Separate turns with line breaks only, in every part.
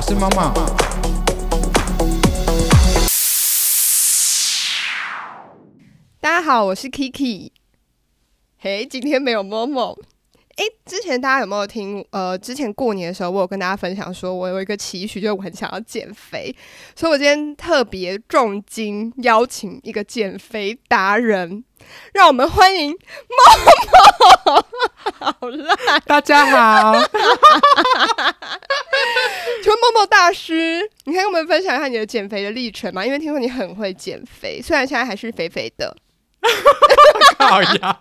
是妈妈。
大家好，我是 Kiki。嘿，今天没有 Momo。哎，之前大家有没有听？呃，之前过年的时候，我有跟大家分享说，我有一个期许，就是我很想要减肥，所以我今天特别重金邀请一个减肥达人，让我们欢迎 Momo。好啦，
大家好，
请问 Momo 大师，你可以跟我们分享一下你的减肥的历程吗？因为听说你很会减肥，虽然现在还是肥肥的。
靠腰。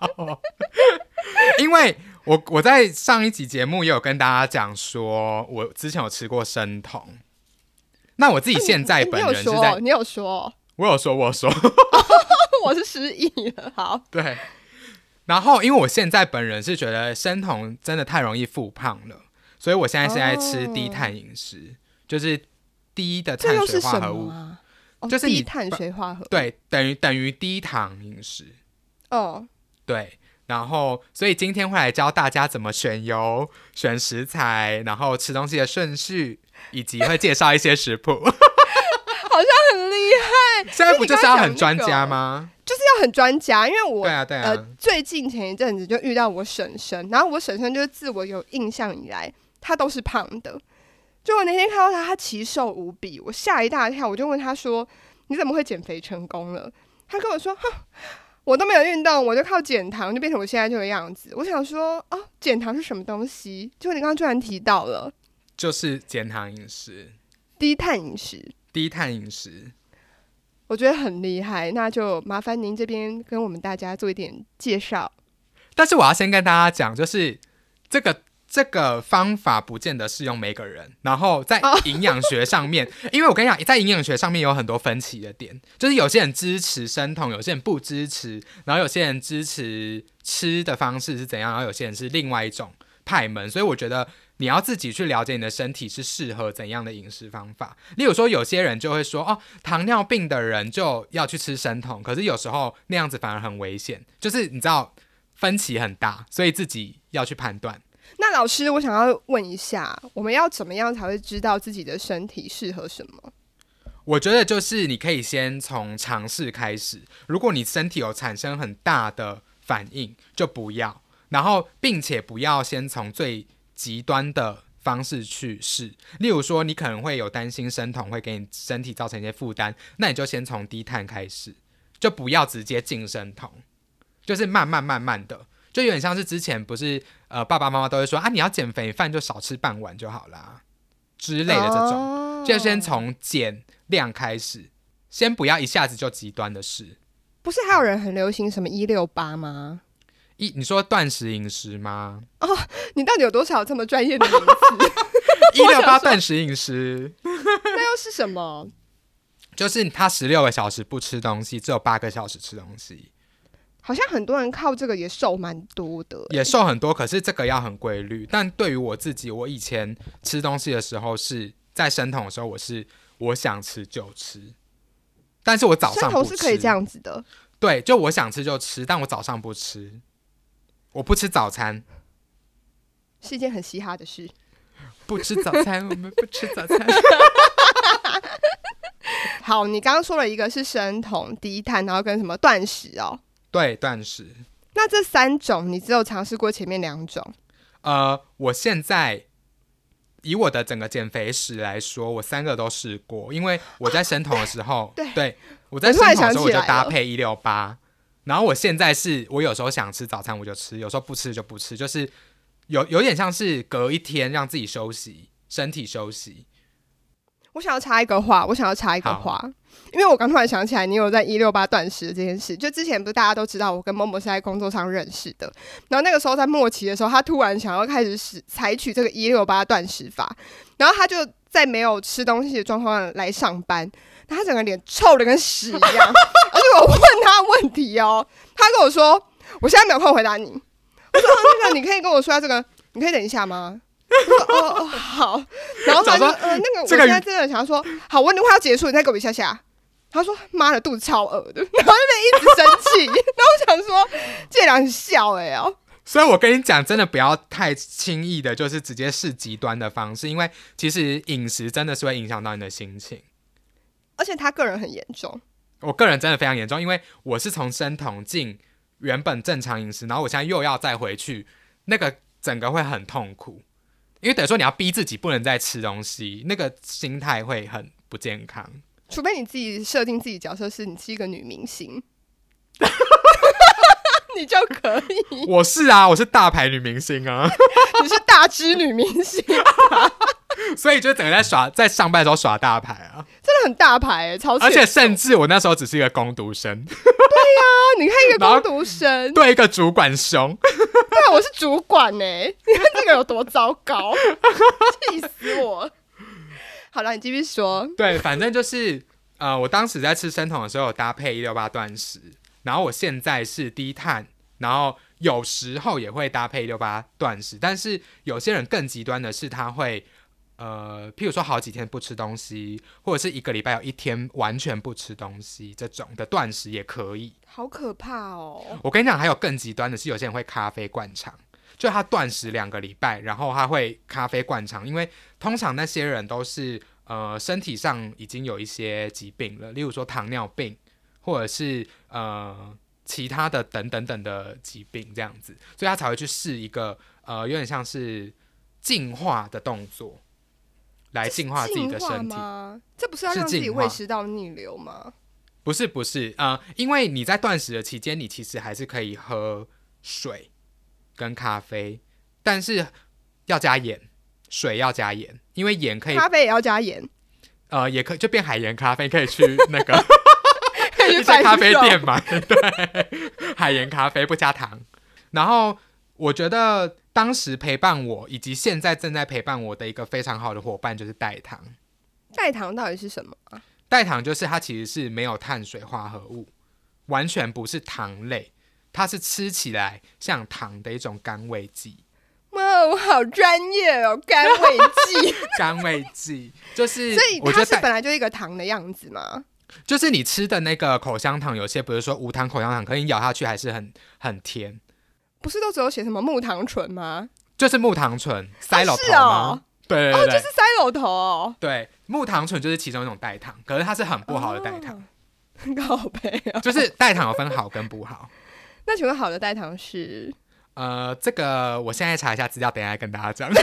因为我我在上一集节目也有跟大家讲说，我之前有吃过生酮。那我自己现在
哎你
本
有
人是
说
在
哦，，你有说哦，
我有说，我有 说，
我是失忆了。好，
对。然后，因为我现在本人是觉得生酮真的太容易复胖了，所以我现在是在吃低碳饮食，就是低的
哦这
碳
又
水
是
化
什
合
么
物，
啊？哦
就是
低
你
碳水化合物。，
对，等于等于低糖饮食，
哦，
对。然后，所以今天会来教大家怎么选油、选食材，然后吃东西的顺序，以及会介绍一些食谱。
很厉害，
现在不就是要很
哎你刚刚讲
专
那个
家吗？
就是要很专家，因为我、
对啊，对啊
呃，最近前一阵子就遇到我婶婶，然后我婶婶就是自我有印象以来，她都是胖的。就我那天看到她，她奇瘦无比，我吓一大跳，我就问她说：“你怎么会减肥成功了？”她跟我说：“哼，我都没有运动，我就靠减糖，就变成我现在这个样子。”我想说：“啊，减糖是什么东西？”结果你刚刚居然提到了
就是减糖饮食、
低碳饮食。
低碳饮食。
我觉得很厉害，那就麻烦您这边跟我们大家做一点介绍。
但是我要先跟大家讲，就是这个这个方法不见得适用每个人。然后在营养学上面，因为我跟你讲，在营养学上面有很多分歧的点，就是有些人支持生酮，有些人不支持，然后有些人支持吃的方式是怎样，然后有些人是另外一种派门。所以我觉得你要自己去了解你的身体是适合怎样的饮食方法。例如说，有些人就会说，哦，糖尿病的人就要去吃生酮，可是有时候那样子反而很危险，就是你知道分歧很大，所以自己要去判断。
那老师，我想要问一下，我们要怎么样才会知道自己的身体适合什么？
我觉得就是你可以先从尝试开始，如果你身体有产生很大的反应，就不要，然后并且不要先从最极端的方式去试。例如说，你可能会有担心生酮会给你身体造成一些负担，那你就先从低碳开始，就不要直接进生酮，就是慢慢慢慢的。就有点像是之前不是呃爸爸妈妈都会说啊你要减肥饭就少吃半碗就好啦之类的这种，
哦
就先从减量开始，先不要一下子就极端的事。
不是还有人很流行什么一六八吗？
一，你说断食饮食 吗？
你到底有多少这么专业的名 字？
一六八断食饮食
那又是什么？
就是他十六个小时不吃东西，只有八个小时吃东西，
好像很多人靠这个也瘦蛮多的、
也瘦很多。可是这个要很规律。但对于我自己，我以前吃东西的时候是在生酮的时候，我是我想吃就吃，但是我早
生
上不
酮
吃。
是可以这样子的，
对，就我想吃就吃，但我早上不吃，我不吃早餐。
是一件很嘻哈的事。
不吃早餐，我们不吃早餐。
好，你刚刚说了一个是生酮、低碳，然后跟什么断食哦。
对，断食。
那这三种你只有尝试过前面两种，
呃，我现在以我的整个减肥史来说，我三个都试过，因为我在生酮的时候，
对
我在
我突
生
然
酮的时
想
候我
起
就
来
搭
了
配一六八，然后我现在是我有时候想吃早餐我就吃，有时候不吃就不吃，就是有有点像是隔一天让自己休息，身体休息。
我想要插一个话，我想要插一个
好
话，因为我刚突然想起来，你有在一六八断食这件事。就之前不是大家都知道，我跟某某是在工作上认识的，然后那个时候在末期的时候，他突然想要开始使采取这个一六八断食法，然后他就在没有吃东西的状况下来上班，然后他整个脸臭的跟屎一样。而且我问他问题哦，他跟我说：“我现在没有空回答你。”我说：“哦那个你可以跟我说下这个，你可以等一下吗？”我说：“哦，哦好。”然后他就
想说
呃，那个我
这
现
个
在真的想要说，好，我等会要结束，你再给我一下下。他说：“妈的， 肚子超饿的。”然后那边一直生气，然后我想说，这两笑哎、哦，
所以我跟你讲，真的不要太轻易的，就是直接试极端的方式，因为其实饮食真的是会影响到你的心情。
而且他个人很严重，
我个人真的非常严重，因为我是从生酮进原本正常饮食，然后我现在又要再回去，那个整个会很痛苦，因为等于说你要逼自己不能再吃东西，那个心态会很不健康。
除非你自己设定自己角色是你是一个女明星， 你就可以，
我是啊，我是大牌女明星啊，
你是大只女明星，真
所以就整个在耍，在上班的时候耍大牌啊，
的很大牌、欸，超扯。
而且甚至我那时候只是一个工读 生，
啊，你看一个
然后
工读生，
对一个主管凶，
对啊，我是主管呢、你看这个有多糟糕， 气死我！好了，你继续说。
对，反正就是呃，我当时在吃生酮的时候有搭配一六八断食，然后我现在是低碳，然后有时候也会搭配一六八断食，但是有些人更极端的是他会。呃，譬如说好几天不吃东西，或者是一个礼拜有一天完全不吃东西，这种的断食也可以。
好可怕哦！
我跟你讲，还有更极端的是，有些人会咖啡灌肠，就他断食两个礼拜，然后他会咖啡灌肠，因为通常那些人都是呃身体上已经有一些疾病了，例如说糖尿病，或者是呃其他的等等等的疾病这样子，所以他才会去试一个呃有点像是净化的动作， 来净化自己的身体
进化。吗？这不是要让自
是
己
进化
胃食道逆流吗？
不是不是，呃，因为你在断食的期间，你其实还是可以喝水跟咖啡，但是要加盐，水要加盐，因为盐可以
咖啡也要加盐，
呃也可以就变海盐咖啡，可 以去那个
可以 去
一些
反
咖啡
手
店买， 对，海盐咖啡不加糖。然后我觉得当时陪伴我以及现在正在陪伴我的一个非常好的伙伴就是代糖，
代糖到底是什么啊？
代糖就是它其实是没有碳水化合物，完全不是糖类，它是吃起来像糖的一种甘 味剂。
哇，我好专业哦，甘味 剂。
甘味剂就是，
所以
我觉
它
得
是
代
本来就一个糖的样子嘛。
就是你吃的那个口香糖，有些不是说无糖口香糖，可以咬下去还是很很甜，
不是都只有写什么木糖醇吗？
就是木糖醇塞老头
是哦
吗？对对对
就
对、
是塞乳头哦，
对，木糖醇就是其中一种代糖，可是它是很不好的代糖，
哦很高配哦。
就是代糖有分好跟不好。
那请问好的代糖是？
呃，这个我现在查一下资料，等一下跟大家讲。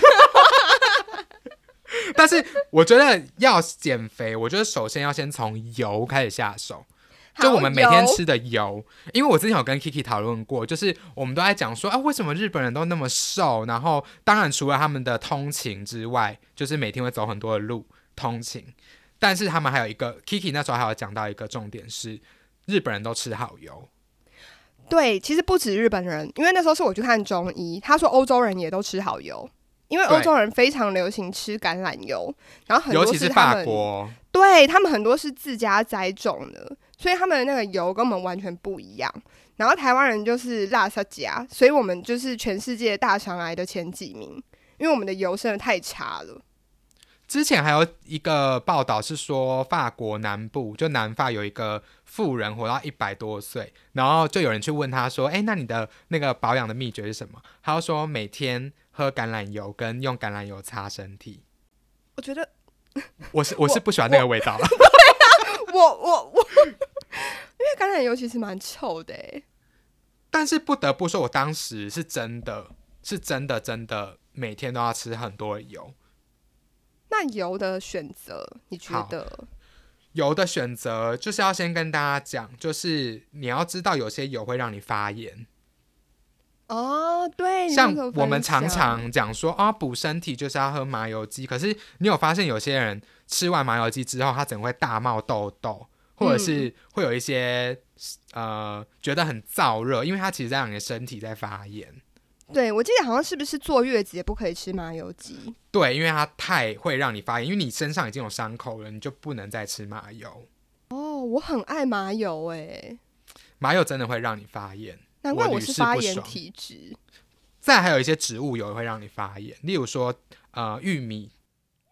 但是我觉得要减肥，我觉得首先要先从油开始下手，就我们每天
好油
吃的油。因为我之前有跟 Kiki 讨论过，就是我们都在讲说，啊，为什么日本人都那么瘦？然后当然除了他们的通勤之外，就是每天会走很多的路通勤，但是他们还有一个 Kiki 那时候还有讲到一个重点是，日本人都吃好油。
对，其实不止日本人，因为那时候是我去看中医，他说欧洲人也都吃好油，因为
对
欧洲人非常流行吃橄榄油，然后很
尤
多
其
是
是
他
法
们，
国，
对他们很多是自家栽种的，所以他们的那个油跟我们完全不一样。然后台湾人就是辣沙加，所以我们就是全世界大肠癌的前几名，因为我们的油真的太差了。
之前还有一个报道是说，法国南部就南法有一个富人活到一百多岁，然后就有人去问他说：“哎、那你的那个保养的秘诀是什么？”他就说每天喝橄榄油跟用橄榄油擦身体。
我觉得
我是我是不喜欢那个味道了，
我我 我，因为橄榄油其实蛮臭的欸，
但是不得不说，我当时是真的是真的真的每天都要吃很多的油。
那油的选择你觉
好
得？
油的选择就是要先跟大家讲，就是你要知道有些油会让你发炎。
哦，对，你那
像
时候
我
分
们
享
常常讲说啊，补身体就是要喝麻油鸡，可是你有发现有些人吃完麻油鸡之后，他整个会大冒痘痘，或者
嗯
是会有一些、呃觉得很燥热，因为它其实在让你的身体在发炎。
对我记得好像是不是坐月子也不可以吃麻油鸡？
对，因为它太会让你发炎，因为你身上已经有伤口了，你就不能再吃麻油。
哦，我很爱麻油哎、
麻油真的会让你发炎。
难怪
我
我
屡
是
试
发
不
炎
爽
体质。
再还有一些植物油也会让你发炎，例如说呃玉米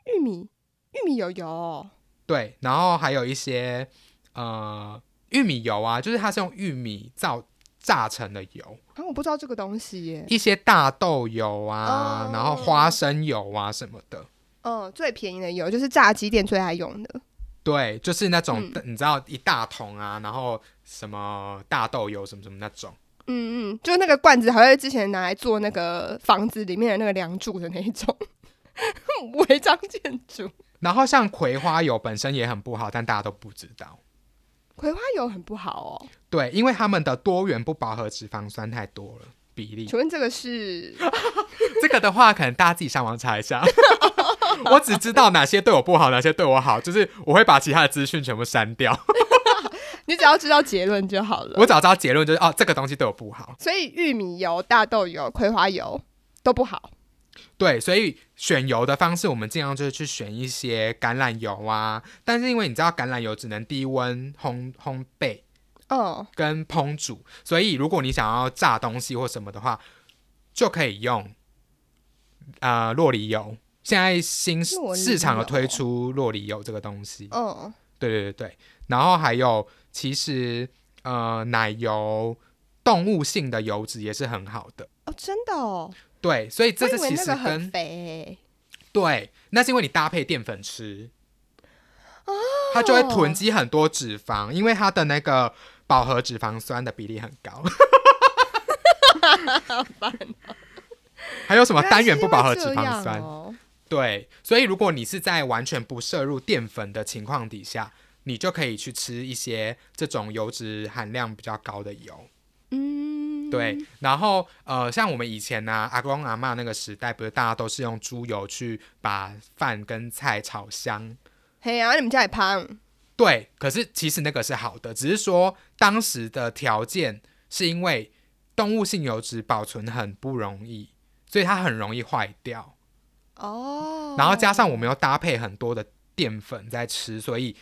玉米，玉米有油哦、
对，然后还有一些呃玉米油啊，就是它是用玉米造榨成的油，
啊，我不知道这个东西耶。
一些大豆油啊，
哦
然后花生油啊什么的。
嗯，最便宜的油就是炸鸡店最爱用的。
对，就是那种、你知道一大桶啊，然后什么大豆油什么什么那种。
嗯嗯，就那个罐子，好像之前拿来做那个房子里面的那个梁柱的那一种 违章建筑。
然后像葵花油本身也很不好，但大家都不知道。
葵花油很不好哦，
对，因为它们的多元不饱和脂肪酸太多了比例。
请问这个是？
这个的话，可能大家自己上网查一下。 我只知道哪些对我不好，哪些对我好，就是我会把其他的资讯全部删掉。
你只要知道结论就好了。
我早知道结论就是哦，这个东西对我不好。
所以玉米油、大豆油、葵花油都不好。
对，所以选油的方式，我们尽量就是去选一些橄榄油啊。但是因为你知道橄榄油只能低温烘烘焙
嗯，
跟烹煮，所以如果你想要炸东西或什么的话，就可以用呃洛梨油。现在新市
洛梨
市场有
油
推出洛梨油这个东西，
嗯，
对对对对，然后还有其实呃奶油动物性的油脂也是很好的，
哦，真的哦，
对，所以这
我
是
以为
其
那
实
个很
跟
肥欸、
对，那是因为你搭配淀粉吃，
哦
它就会囤积很多脂肪，因为它的那个饱和脂肪酸的比例很高。
哦
还有什么单元不饱和脂肪
原来是因为这
酸
样？哦
对，所以如果你是在完全不摄入淀粉的情况底下，你就可以去吃一些这种油脂含量比较高的油。
嗯，
对，然后呃，像我们以前呢、阿公阿嬷那个时代，不是大家都是用猪油去把饭跟菜炒香。
嘿啊，你们家也胖，
对，可是其实那个是好的，只是说当时的条件是因为动物性油脂保存很不容易，所以它很容易坏掉。
哦，
然后加上我们又搭配很多的淀粉在吃，所以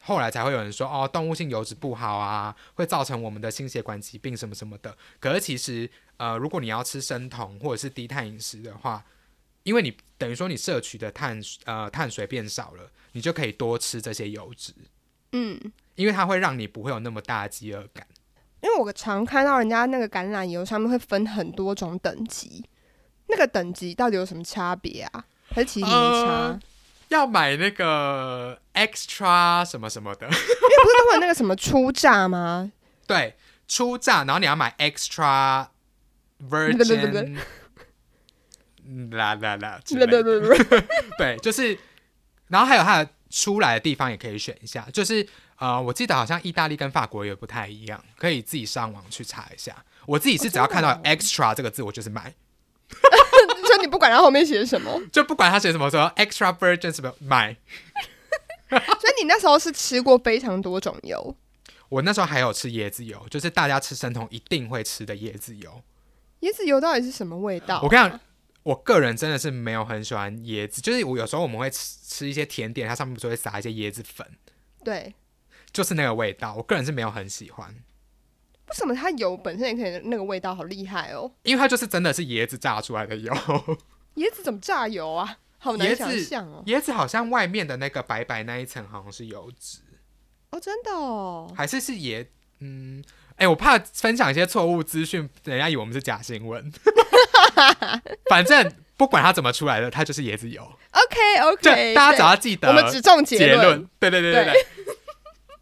后来才会有人说哦，动物性油脂不好啊，会造成我们的心血管疾病什么什么的。可是其实呃，如果你要吃生酮或者是低碳饮食的话，因为你等于说你摄取的碳呃碳水变少了，你就可以多吃这些油脂，
嗯，
因为它会让你不会有那么大的饥饿感。
因为我常看到人家那个橄榄油上面会分很多种等级，那个等级到底有什么差别啊？还是其实没差？
呃要买那个 extra 什么什么的，
因为不是都会有那个什么初榨吗？
对，初榨，然后你要买 extra
不不不
virgin，嗯啦啦啦之
对
类
对
的，
对对，
对，就是，然后还有它的出来的地方也可以选一下，就是呃，我记得好像意大利跟法国也不太一样，可以自己上网去查一下。我自己是只要看到
哦真的
extra 这个字，我就是买，
就你不管它后面写什么，
就不管它写什么，说 extra virgin 什么买。
所以你那时候是吃过非常多种油，
我那时候还有吃椰子油，就是大家吃生酮一定会吃的椰子油。
椰子油到底是什么味道啊、
我跟你讲，我个人真的是没有很喜欢椰子，就是我有时候我们会吃吃一些甜点，它上面不是会撒一些椰子粉，
对，
就是那个味道，我个人是没有很喜欢，
为什么它油本身也可以那个味道好厉害哦？
因为它就是真的是椰子炸出来的油，
椰子怎么榨油啊？好
椰
难
子
想象哦。
椰子好像外面的那个白白那一层好像是油脂，
哦，真的哦。
还是是椰，嗯。哎、我怕分享一些错误资讯，人家以为我们是假新闻。 反正不管它怎么出来的，它就是椰子油。
OK
就
OK，
大家只要记得，
我们只重
结
论。，
对对对对 对。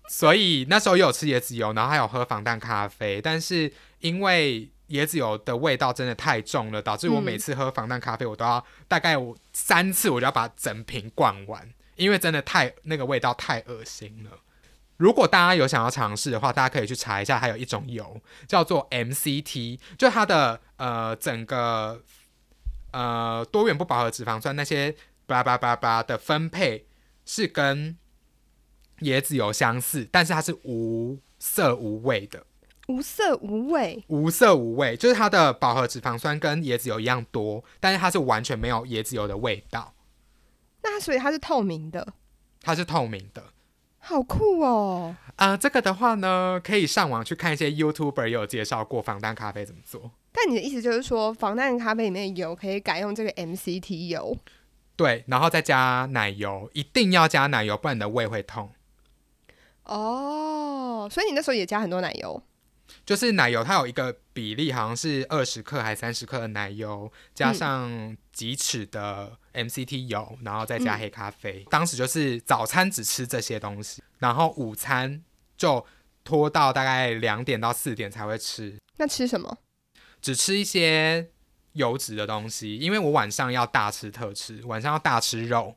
所以那时候也有吃椰子油，然后还有喝防弹咖啡，但是因为椰子油的味道真的太重了，导致我
嗯
每次喝防弹咖啡，我都要大概我三次我就要把整瓶灌完，因为真的太那个味道太恶心了。如果大家有想要尝试的话，大家可以去查一下，还有一种油叫做 MCT，就它的呃整个呃多元不饱和脂肪酸那些巴拉巴拉巴拉巴拉的分配是跟椰子油相似，但是它是无色无味的，
无色无味。
无色无味就是它的饱和脂肪酸跟椰子油一样多，但是它是完全没有椰子油的味道，
那它所以它是透明的，
它是透明的。
好酷哦！
啊、这个的话呢，可以上网去看一些 YouTuber 也有介绍过防弹咖啡怎么做。
但你的意思就是说，防弹咖啡里面的油可以改用这个 MCT 油，
对，然后再加奶油，一定要加奶油，不然你的胃会痛。
哦，所以你那时候也加很多奶油，
就是奶油它有一个比例，好像是二十克还三十克的奶油，加上几匙的 MCT 油，然后再加黑咖啡。当时就是早餐只吃这些东西，然后午餐就拖到大概两点到四点才会吃，
那吃什么？
只吃一些油脂的东西，因为我晚上要大吃特吃，晚上要大吃肉，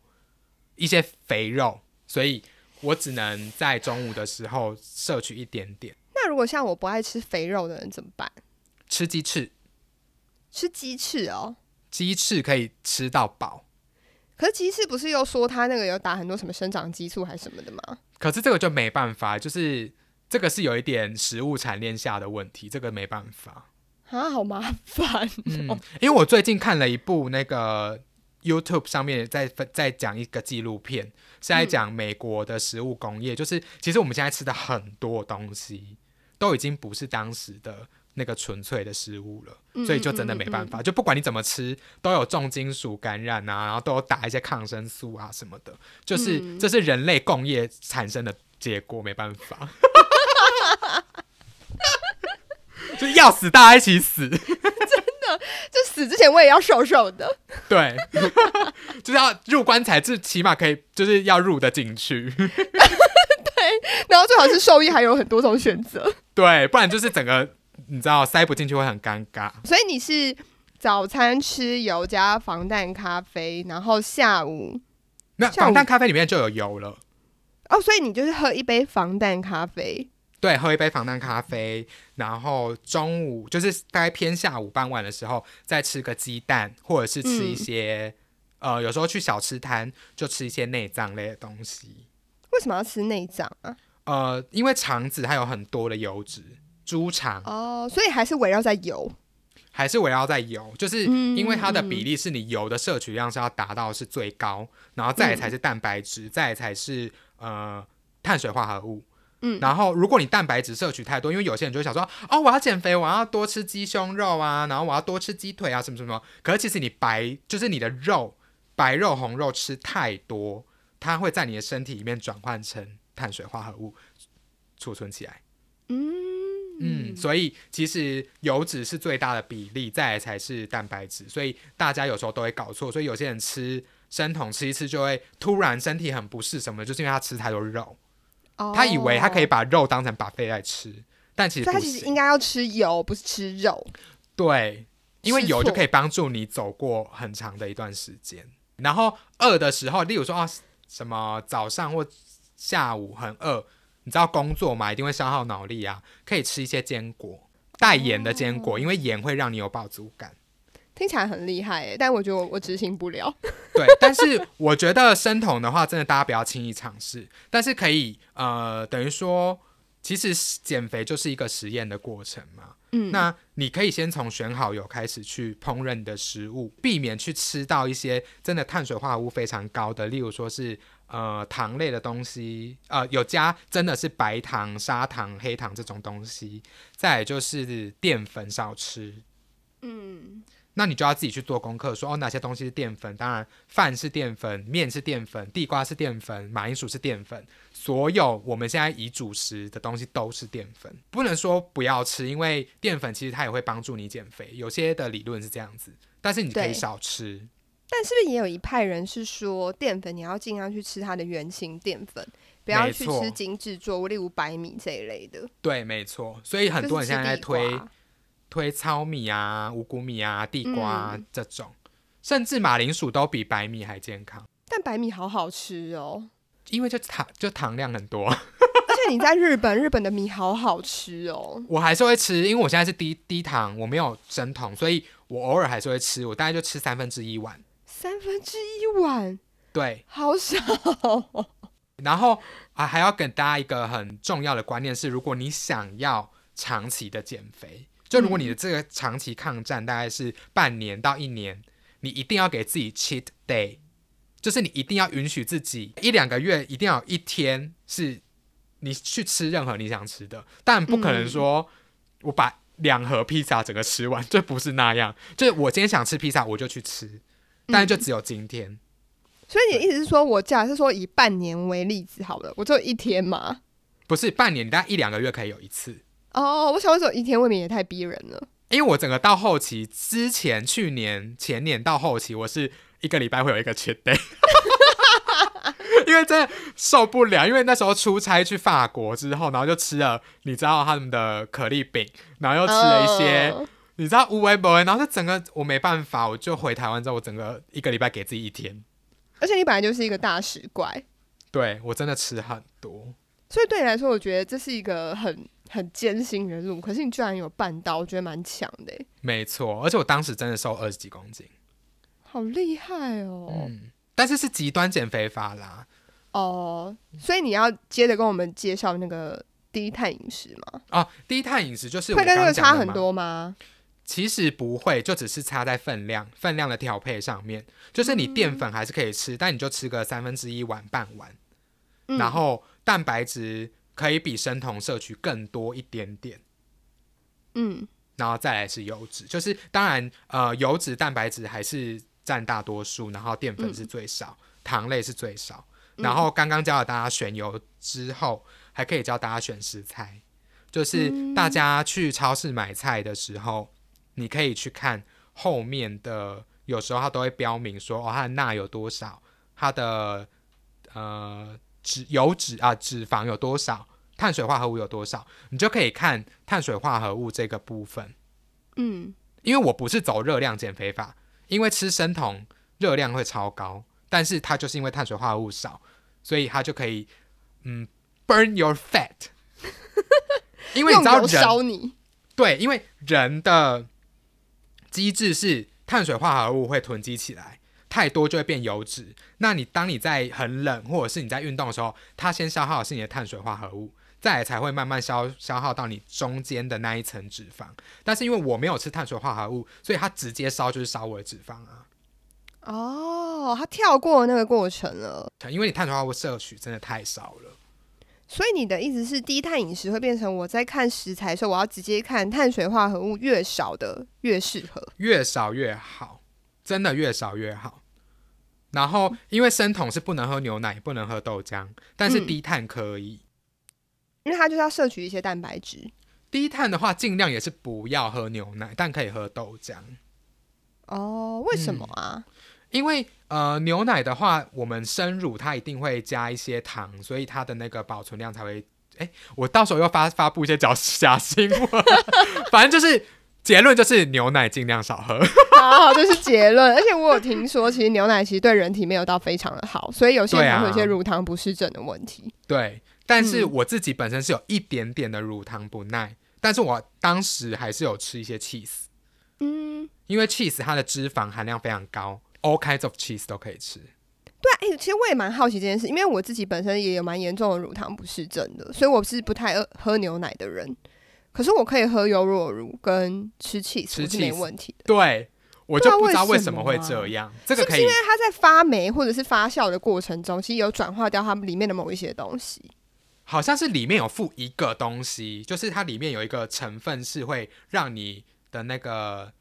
一些肥肉，所以我只能在中午的时候摄取一点点，
那如果像我不爱吃肥肉的人怎么办？
吃鸡翅，
吃鸡翅哦。
鸡翅可以吃到饱。
可是鸡翅不是又说它那个有打很多什么生长激素还是什么的吗？
可是这个就没办法，就是这个是有一点食物产链下的问题，这个没办法。
啊，好麻烦。
嗯， 因为我最近看了一部那个 YouTube 上面在分在讲一个纪录片，是在讲美国的食物工业，就是其实我们现在吃的很多东西都已经不是当时的。那个纯粹的食物了，所以就真的没办法。就不管你怎么吃，都有重金属感染啊，然后都有打一些抗生素啊什么的，就是、这是人类工业产生的结果，没办法， 就是要死大家一起死。
就死之前我也要瘦瘦的。
对， 就是要入棺材，至起码可以，就是要入得进去。
然后最好是兽医还有很多种选择。
对，不然就是整个你知道塞不进去会很尴尬。
所以你是早餐吃油加防弹咖啡，然后下午
那
下午
防弹咖啡里面就有油了。
哦，所以你就是喝一杯防弹咖啡。
对，喝一杯防弹咖啡，然后中午就是大概偏下午傍晚的时候，再吃个鸡蛋，或者是吃一些、呃，有时候去小吃摊就吃一些内脏类的东西。
为什么要吃内脏啊？
呃，因为肠子它有很多的油脂，猪肠
哦，所以还是围绕在油。
还是围绕在油，就是因为它的比例是你油的摄取量是要达到是最高，然后再来才是蛋白质，再来才是呃碳水化合物。
嗯
然后如果你蛋白质摄取太多，因为有些人就会想说，哦，我要减肥，我要多吃鸡胸肉啊，然后我要多吃鸡腿啊，什么什么。可是其实你白就是你的肉，白肉红肉吃太多，它会在你的身体里面转换成碳水化合物，储存起来。嗯，所以其实油脂是最大的比例，再来才是蛋白质，所以大家有时候都会搞错，所以有些人吃生酮吃一吃就会突然身体很不适什么的，就是因为他吃太多肉，
哦
他以为他可以，把肉当成把肺来吃，但其实
所以
不
他其实应
行，
该要吃油，不是吃肉。
对，因为
吃
油就
错
可以帮助你走过很长的一段时间。然后饿的时候，例如说啊什么早上或下午很饿，你知道工作嘛，一定会消耗脑力啊，可以吃一些坚果。带盐的坚
哦
果，因为盐会让你有饱足感。
听起来很厉害耶，但我觉得我我执行不了。
对，但是我觉得生酮的话，真的大家不要轻易尝试，但是可以呃，等于说，其实减肥就是一个实验的过程嘛。
嗯
那你可以先从选好油开始去烹饪你的食物，避免去吃到一些真的碳水化合物非常高的，例如说是呃糖类的东西，呃有加真的是白糖、砂糖、黑糖这种东西，再来就是淀粉少吃，
嗯，
那你就要自己去做功课，说哦哪些东西是淀粉。当然，饭是淀粉，面是淀粉，地瓜是淀粉，马铃薯是淀粉，所有我们现在以主食的东西都是淀粉。不能说不要吃，因为淀粉其实它也会帮助你减肥，有些的理论是这样子，但是你可以
对
少吃。
但是不是也有一派人是说淀粉你要尽量去吃它的原型淀粉，不要
没
去
错
吃精致作物，例如白米这一类的。
对，没错。所以很多人
就是
现
吃
在在
地
推
瓜
推糙米啊、五谷米啊、地瓜、啊
嗯
这种，甚至马铃薯都比白米还健康，
但白米好好吃哦，
因为就糖就糖量很多。
而且你在日本，日本的米好好吃哦。
我还是会吃，因为我现在是低低糖，我没有生酮，所以我偶尔还是会吃，我大概就吃三分之一碗。
三分之一碗，
对，
好少哦。
然后啊还要给大家一个很重要的观念是，如果你想要长期的减肥，就如果你的这个长期抗战大概是半年到一年，你一定要给自己 cheat day，就是你一定要允许自己一两个月一定要有一天是你去吃任何你想吃的，但不可能说我把两盒披萨整个吃完，这不是那样。就是我今天想吃披萨，我就去吃，但是就只有今天。
所以你的意思是说，我假设说以半年为例子好了，我就一天嘛，
不是半年，你大概一两个月可以有一次，
哦，我想为什么一天未眠也太逼人了？
因为我整个到后期，之前去年、前年到后期，我是一个礼拜会有一个 cheat day，因为真的受不了。因为那时候出差去法国之后，然后就吃了，你知道他们的可丽饼，然后又吃了一些，
嗯
你知道无为不为，然后就整个我没办法，我就回台湾之后，我整个一个礼拜给自己一天，
而且你本来就是一个大食怪，
对我真的吃很多。
所以对你来说，我觉得这是一个很很艰辛的路。可是你居然有办到，我觉得蛮强的欸，
没错，而且我当时真的瘦二十几公斤，
好厉害哦！
嗯，但是是极端减肥法啦。
哦，所以你要接着跟我们介绍那个低碳饮食吗？
哦，低碳饮食就是我
会跟这
刚刚
个
讲的
差很
嘛
多吗？
其实不会，就只是差在分量、分量的调配上面。就是你淀粉还是可以吃，但你就吃个三分之一碗、半碗，
嗯
然后蛋白质可以比生酮摄取更多一点点，
嗯，
然后再来是油脂。就是当然，呃，油脂、蛋白质还是占大多数，然后淀粉
嗯
是最少，糖类是最少。然后刚刚教了大家选油之后，还可以教大家选食材，
嗯
就是大家去超市买菜的时候，你可以去看后面的，有时候它都会标明说哦，它的钠有多少，它的呃脂油脂啊脂肪有多少，碳水化合物有多少，你就可以看碳水化合物这个部分。
嗯，
因为我不是走热量减肥法，因为吃生酮热量会超高，但是它就是因为碳水化合物少，所以它就可以嗯 burn your fat，因为你
用
知道
油
人
烧你，
对，因为人的机制是碳水化合物会囤积起来，太多就会变油脂。那你当你在很冷或者是你在运动的时候，它先消耗的是你的碳水化合物，再来才会慢慢消消耗到你中间的那一层脂肪。但是因为我没有吃碳水化合物，所以它直接烧就是烧我的脂肪啊。
哦，他跳过那个过程了。
因为你碳水化合物摄取真的太少了。
所以你的意思是，低碳饮食会变成我在看食材的时候，我要直接看碳水化合物越少的越适合。
越少越好，真的越少越好。然后，因为生酮是不能喝牛奶，也不能喝豆浆，但是
嗯
低碳可以。
因为它就是要摄取一些蛋白质。
低碳的话，尽量也是不要喝牛奶，但可以喝豆浆。
哦，为
嗯
什么啊？
因为呃，牛奶的话，我们生乳它一定会加一些糖，所以它的那个保存量才会。哎，我到时候又发发布一些假假新闻， 反正就是结论就是牛奶尽量少喝。
好好，这是结论。而且我有听说，其实牛奶其实对人体没有到非常的好，所以有些
对
人
啊
还会有一些乳糖不适症的问题。
对，但是
嗯
我自己本身是有一点点的乳糖不耐，但是我当时还是有吃一些 cheese，
嗯，
因为 cheese 它的脂肪含量非常高，all kinds of cheese 都可以吃。
对啊，哎、其实我也蛮好奇这件事，因为我自己本身也有蛮严重的乳糖不适症的，所以我是不太喝喝牛奶的人。可是我可以喝优酪乳跟吃 cheese，
吃
我是没
cheese
问题的。
对，我就
对啊
不知道
为
为
什
什
么
么会
啊
这样，这个
是不
可
是
以
因为它在发霉或者是发酵的过程中，其实有转化掉它们里面的某一些东西？
好像是里面有附一个东西，就是它里面有一个成分是会让你的那个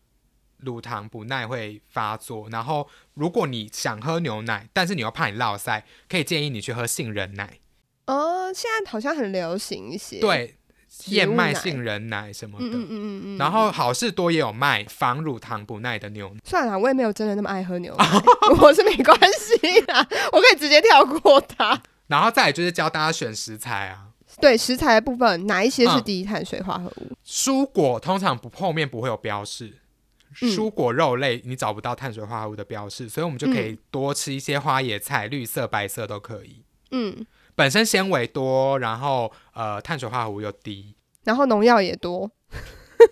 乳糖不耐会发作。然后，如果你想喝牛奶，但是你又怕你落腮，可以建议你去喝杏仁奶，
呃，现在好像很流行一些。，
对，
植
燕
物
麦
奶
杏仁奶什么
嗯
的。
嗯嗯嗯嗯。
然后好事多也有卖防乳糖不耐的牛奶，
算了，我也没有真的那么爱喝牛奶， 我是没关系啦，我可以直接跳过它。
然后再来就是教大家选食材啊，
对食材的部分，哪一些是
嗯
低碳水化合物？
蔬果通常不后面不会有标示，
嗯
蔬果肉类你找不到碳水化合物的标示，所以我们就可以多吃一些花野菜，绿色、白色都可以。
嗯，
本身纤维多，然后呃碳水化合物又 低，
然后农药也多。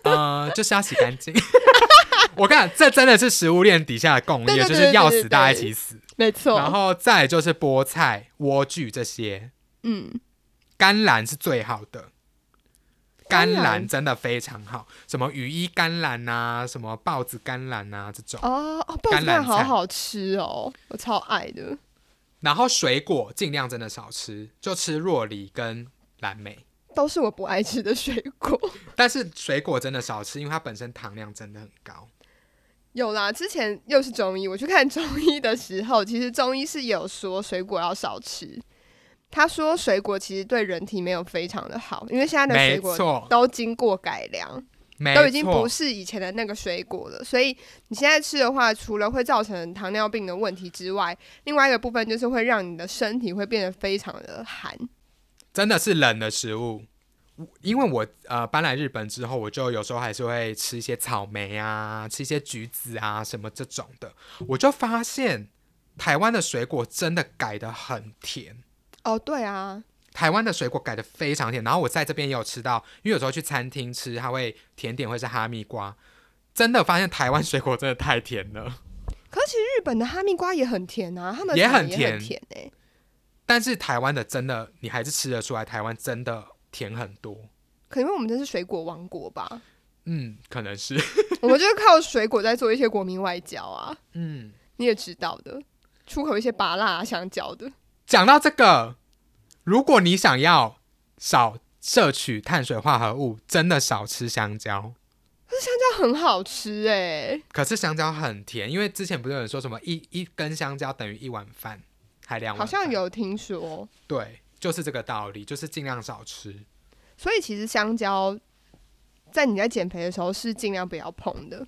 呃就是要洗干净。 我跟你讲，这真的是食物链底下的共
对
业，
对
就
对
是要
对对
死大家一
对
起死。
没错，
然后再来就是菠菜、莴苣这些，
嗯，
甘蓝是最好的，
甘
甘
蓝
蓝真的非常好，什么羽衣甘蓝呐，什么豹子甘蓝呐这种。
哦哦，棒
橄
子
榄
饭好
菜
好吃哦，我超爱的。
然后水果尽量真的少吃，就吃若梨跟蓝莓。
都是我不爱吃的水果，
但是水果真的少吃，因为它本身糖量真的很高。
有啦。之前又是中医，我去看中医的时候，其实中医是有说水果要少吃，他说水果其实对人体没有非常的好，因为现在的水
没
果
错，
都经过改良，
没错，
都已经不是以前的那个水果了。所以你现在吃的话，除了会造成糖尿病的问题之外，另外一个部分就是会让你的身体会变得非常的寒。
真的是冷的食物。我因为我呃搬来日本之后，我就有时候还是会吃一些草莓啊，吃一些橘子啊什么这种的，我就发现台湾的水果真的改得很甜。
哦，对啊，
台湾的水果改得非常甜，然后我在这边也有吃到，因为有时候去餐厅吃，它会甜点会是哈密瓜，真的发现台湾水果真的太甜了。
可是其实日本的哈密瓜也很甜啊，他们
也
产
很
的
甜
很甜哎、
但是台湾的真的，你还是吃得出来，台湾真的甜很多。
可能因为我们真是水果王国吧，
嗯，可能是，
我们就是靠水果在做一些国民外交啊，
嗯。
你也知道的，出口一些拔辣、啊、香蕉的。
讲到这个，如果你想要少摄取碳水化合物，真的少吃香蕉。
很好吃哎、
可是香蕉很甜，因为之前不是有人说什么一一根香蕉等于一碗饭，还两碗
好
饭，
像有听说。
对，就是这个道理，就是尽量少吃。
所以其实香蕉在你在减肥的时候是尽量不要碰的。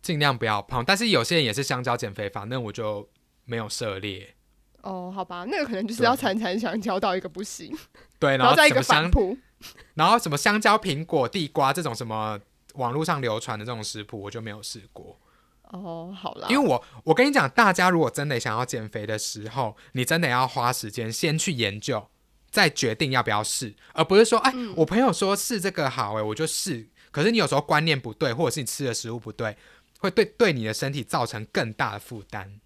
尽量不要碰。但是有些人也是香蕉减肥法，那我就没有涉猎。
哦，好吧，那个可能就是要
对
残残香蕉到一个不行，
对，
然
后
后再一
什
个
么
反
香，
扑。
然后什么香蕉、苹果、地瓜这种什么网络上流传的这种食谱，我就没有试过。
哦，好啦，
因为我我跟你讲，大家如果真的想要减肥的时候，你真的要花时间先去研究，再决定要不要试，而不是说，哎，我朋友说试这个好、哎，我就试。可是你有时候观念不对，或者是你吃的食物不对，会对对你的身体造成更大的负担。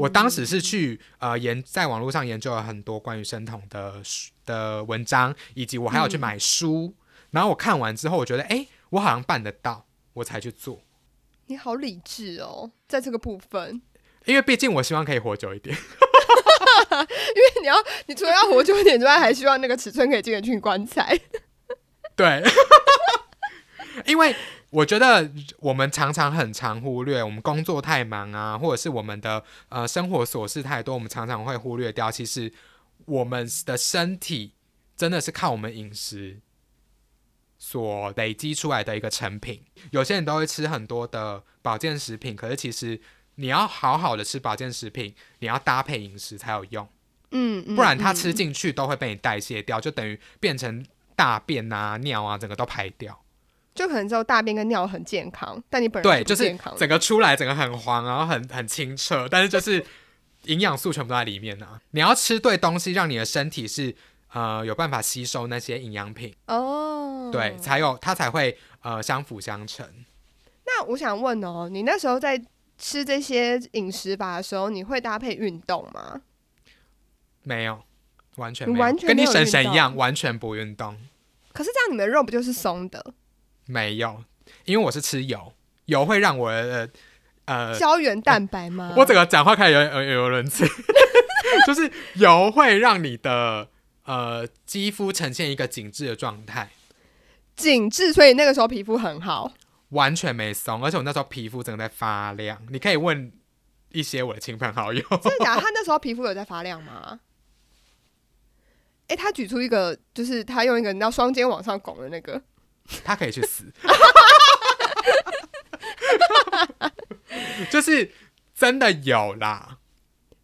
我当时是去呃研在网络上研究了很多关于生酮的书的文章，以及我还有去买书，然后我看完之后，我觉得，哎、我好像办得到，我才去做。
你好理智哦，在这个部分， 因
因为毕竟我希望可以活久一点。
为你要，你除了要活久一点之外，还希望那个尺寸可以进得去你棺 材。
对，因为我觉得我们常常很常忽略，我们工作太忙啊，或者是我们的呃生活琐事太多，我们常常会忽略掉，其实我们的身体真的是靠我们饮食所累积出来的一个成品。有些人都会吃很多的保健食品，可是其实你要好好的吃保健食品，你要搭配饮食才有用。
嗯，嗯
不然它
嗯
吃进去都会被你代谢掉，就等于变成大便啊、尿啊，整个都排掉。
就可能只有大便跟尿很健康，但你本人
对，就
不
是
健康的
整个出来，整个很黄，然后很很清澈，但是就是营养素全部都在里面啊。你要吃对东西，让你的身体是呃有办法吸收那些营养品，
哦，
对，才有它才会呃相辅相成。
那我想问哦，你那时候在吃这些饮食法的时候，你会搭配运动吗？
没有，完全
你
没有，
完全
跟
没
你
有
婶
运
婶一
动
样，完全不运动，
可是这样你们的肉不就是松的？
没有，因为我是吃油，油会让我的呃
胶原蛋白吗？
我整个讲话开始有有有人吃， 就是油会让你的呃肌肤呈现一个紧致的状态，
紧致，所以那个时候皮肤很好。
完全没松，而且我那时候皮肤整个在发亮。你可以问一些我的亲朋好友，
真的假的？他那时候皮肤有在发亮吗？哎、他举出一个，就是他用一个你知道双肩往上拱的那个，
他可以去死， 就是真的有啦。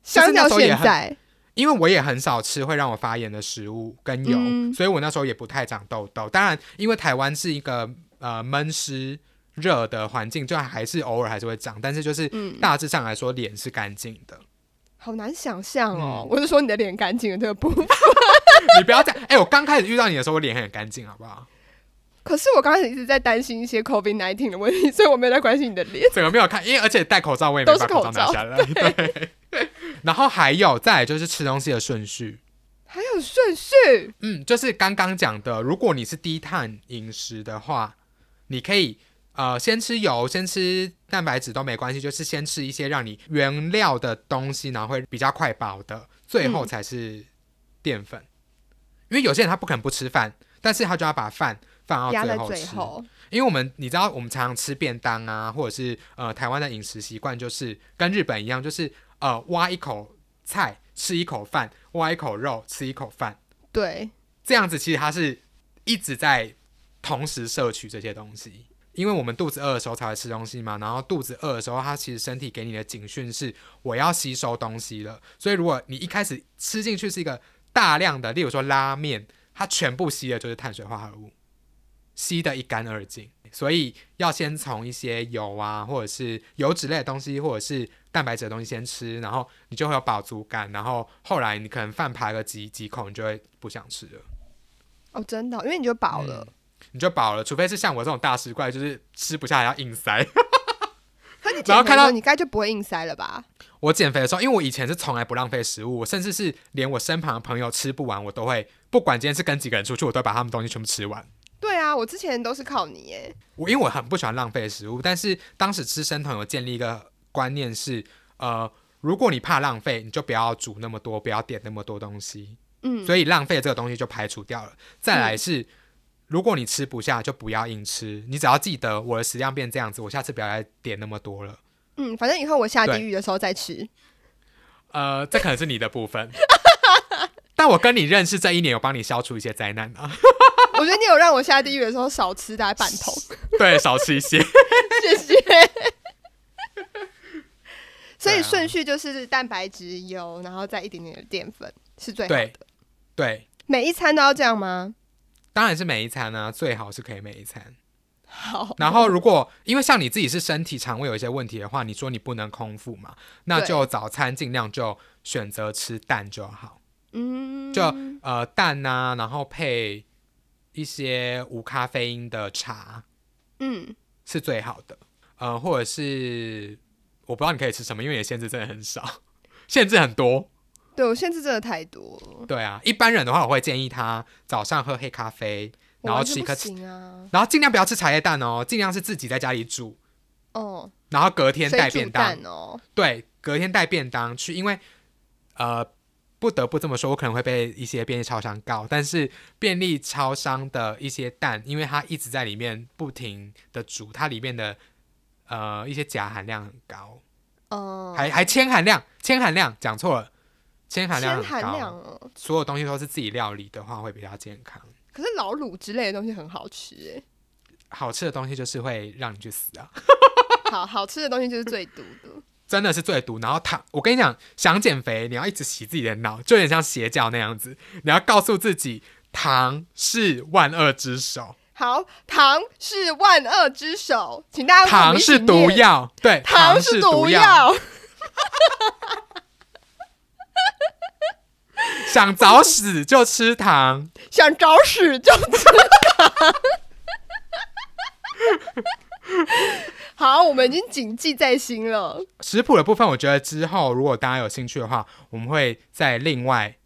就是
相
那
较
时候也
现
很
在，
因为我也很少吃会让我发炎的食物跟油，
嗯
所以我那时候也不太长痘痘。当然，因为台湾是一个呃闷湿热的环境，就还是偶尔还是会长，但是就是
嗯，
大致上来说，脸是干净的。
好难想象哦。
嗯
我是说你的脸干净的这个部分，
你不要这样， 哎、我刚开始遇到你的时候，我脸很干净，好不好？
可是我刚开始一直在担心一些 COVID nineteen 的问题，所以我没有在关心你的脸。
整个没有看，因为而且戴口罩，我也没
都
把
是
口罩拿
口罩
下来。对。然后还有，再来就是吃东西的顺序。
还有顺序，
嗯，就是刚刚讲的，如果你是低碳饮食的话，你可以呃先吃油，先吃蛋白质都没关系，就是先吃一些让你原料的东西，然后会比较快饱的，最后
嗯
才是淀粉。因为有些人他不肯不吃饭，但是他就要把饭放到
压
最
在
后
最
吃。
后。
因为我们你知道，我们常常吃便当啊，或者是呃台湾的饮食习惯就是跟日本一样，就是呃挖一口菜吃一口饭，挖一口肉，吃一口饭，
对，
这样子其实它是一直在同时摄取这些东西。因为我们肚子饿的时候才会吃东西嘛，然后肚子饿的时候，它其实身体给你的警讯是我要吸收东西了。所以如果你一开始吃进去是一个大量的，例如说拉面，它全部吸的就是碳水化合物，吸得一干二净。所以要先从一些油啊，或者是油脂类的东西，或者是蛋白质的东西先吃，然后你就会有饱足感，然后后来你可能饭排个几几口，你就会不想吃了。
哦，真的哦、因为你就饱了。
嗯你就饱了，除非是像我这种大食怪，就是吃不下还要硬塞。
可是你
然后
减肥
看
的时候
到
你该就不会硬塞了吧？
我减肥的时候，因为我以前是从来不浪费食物，我甚至是连我身旁的朋友吃不完，我都会不管今天是跟几个人出去，我都会把他们东西全部吃完。
对啊，我之前都是靠你耶。
我因为我很不喜欢浪费食物，但是当时吃生酮有建立一个观念是，呃，如果你怕浪费，你就不要煮那么多，不要点那么多东西，
嗯，
所以浪费这个东西就排除掉了。再来是，如果你吃不下，就不要硬吃，你只要记得我的食量变这样子，我下次不要再点那么多了。
嗯，反正以后我下地
对
狱的时候再吃。
呃，这可能是你的部分。但我跟你认识这一年，有帮你消除一些灾难 啊，
我觉得你有让我下地狱的时候少吃大概半 桶，
对，少吃一些。
谢谢。所
对
以
啊
顺序就是蛋白质、油，然后再一点点的淀粉是最好的
对。，对，
每一餐都要这样吗？
当然是每一餐啊，最好是可以每一餐。
好，
然后，如果因为像你自己是身体肠胃有一些问题的话，你说你不能空腹嘛，那
对
就早餐尽量就选择吃蛋就好，
嗯，
就呃蛋啊，然后配一些无咖啡因的茶
嗯，
是最好的。呃，或者是我不知道你可以吃什么，因为你的限制真的很少， 限制很多。
对我限制真的太多了，
对啊，一般人的话，我会建议他早上喝黑咖啡，
我
然后
完
吃
全不
一颗，
行啊，
然后尽量不要吃茶叶蛋哦，尽量是自己在家里煮，
哦，
然后隔天
水
带
煮
便当
蛋。哦，
对，隔天带便当去，因为呃，不得不这么说，我可能会被一些便利超商告，但是便利超商的一些蛋，因为它一直在里面不停的煮，它里面的呃一些钾含量很高，
哦，
还还铅含量，铅含量讲错了，铅含量
铅
很
含量
高，
哦，
所有东西都是自己料理的话会比较健康。
可是老卤之类的东西很好吃欸诶，
好吃的东西就是会让你去死啊，
好好吃的东西就是最毒的，
真的是最毒。然后糖，我跟你讲，想减肥你要一直洗自己的脑，就有点像邪教那样子，你要告诉自己糖是万恶之首，
好，糖是万恶之首，请大家跟我
糖
们一起
是毒
念，
药，对，
糖
糖
是
是
毒
毒
药，
想早死就吃糖，
想找死就吃糖。 好，我们已经谨记在心了。
食谱的部分，我觉得之后如果大家有兴趣的话，我们会再另外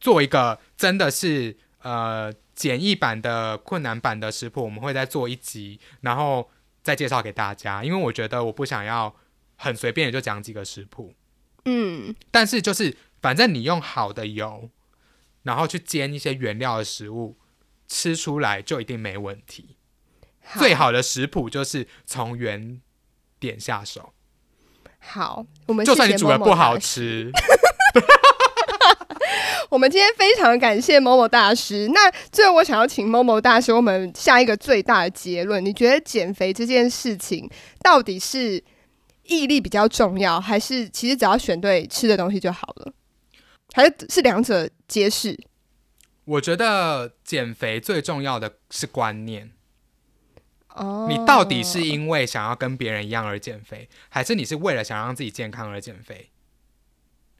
做一个真的是呃简易版的困难版的食谱，我们会再做一集，然后再介绍给大家。因为我觉得我不想要很随便的就讲几个食谱，
嗯，
但是就是反正你用好的油，然后去煎一些原料的食物，吃出来就一定没问题。最好的食谱就是从原点下手。
好，我们
就算
谢
你
谢
煮的
Momo
不好
大师
吃，
我们今天非常感谢某某大师。那最后，我想要请某某大师，我们下一个最大的结论，你觉得减肥这件事情到底是毅力比较重要，还是其实只要选对吃的东西就好了，还是是两者皆是？
我觉得减肥最重要的是观念。
哦，
你到底是因为想要跟别人一样而减肥，还是你是为了想让自己健康而减肥？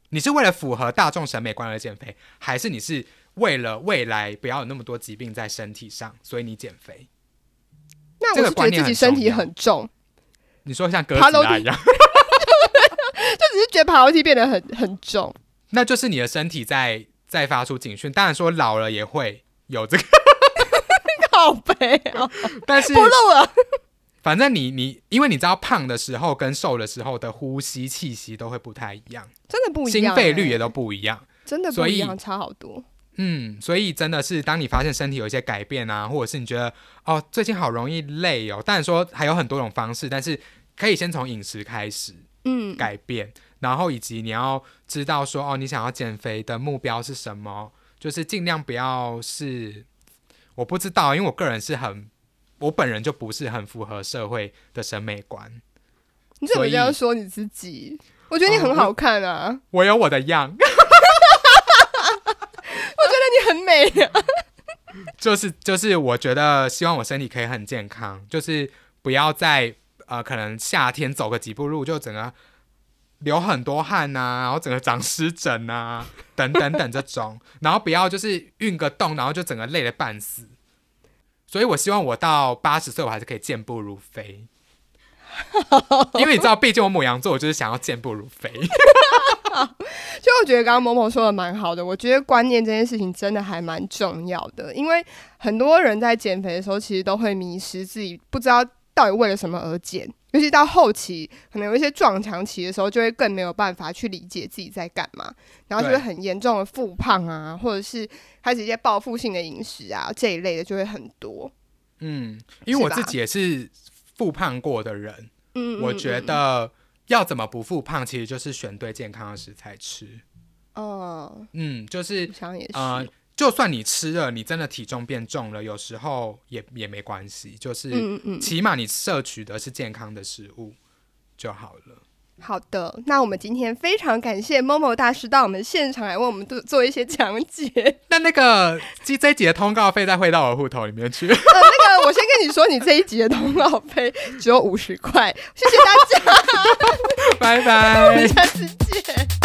你是为了符合大众审美观而减肥，还是你是为了未来不要有那么多疾病在身体上，所以你减肥？
那
这
我
个
是觉
观
得
念
自己
很
身体
重要
很重，
你说像鸽子
爬楼
拉
梯
一样，
就只是觉得爬楼梯变得很很 重。
那就是你的身体在在发出警讯。当然说老了也会有这个，
靠背啊，
哦但是
不录了。
反正你你，因为你知道胖的时候跟瘦的时候的呼吸气息都会不太一样，
真的不一
心
样、欸，
肺率也都不一样。
真的不
所
一
以
样，差好多。
嗯，所以真的是当你发现身体有一些改变啊，或者是你觉得哦最近好容易累哦，当然说还有很多种方式，但是可以先从饮食开始
嗯，
改变，然后以及你要知道说哦，你想要减肥的目标是什么，就是尽量不要是，我不知道，因为我个人是很，我本人就不是很符合社会的审美观，
你怎么
所以
这样说你自己？我觉得你
哦
很好看啊，
我有我的样，
那你很 美啊。
就是就是我觉得希望我身体可以很健康，就是不要在呃可能夏天走个几步路就整个流很多汗呐、然后整个长湿疹呐、 等等等这种，然后不要就是运个动，然后就整个累得半死。所以我希望我到八十岁我还是可以健步如飞，因为你知道，毕竟我母羊座，我就是想要健步 如飞。
就我觉得刚刚某某说的蛮好的，我觉得观念这件事情真的还蛮重要的，因为很多人在减肥的时候，其实都会迷失自己，不知道到底为了什么而减，尤其到后期，可能有一些撞墙期的时候，就会更没有办法去理解自己在干嘛，然后就会
对
很严重的复胖啊，或者是开始一些报复性的饮食啊这一类的就会很多。
嗯，因为我
是吧
自己也是复胖过的人，
嗯，
我
嗯
觉，
嗯
得要怎么不复胖，其实就是选对健康的食材吃。
哦，
嗯，就
我
是
想也是，
呃，就算你吃了，你真的体重变重了，有时候也也没关系，就是
嗯嗯，
起码你摄取的是健康的食物就好了。
好的，那我们今天非常感谢 Momo 大师到我们现场来为我们做做一些讲解。呃，
那那个这这一集的通告费再汇到我户头里面去。
那个，我先跟你说，你这一集的通告费只有五十块，谢谢大家，
拜
我
拜
们。下次见。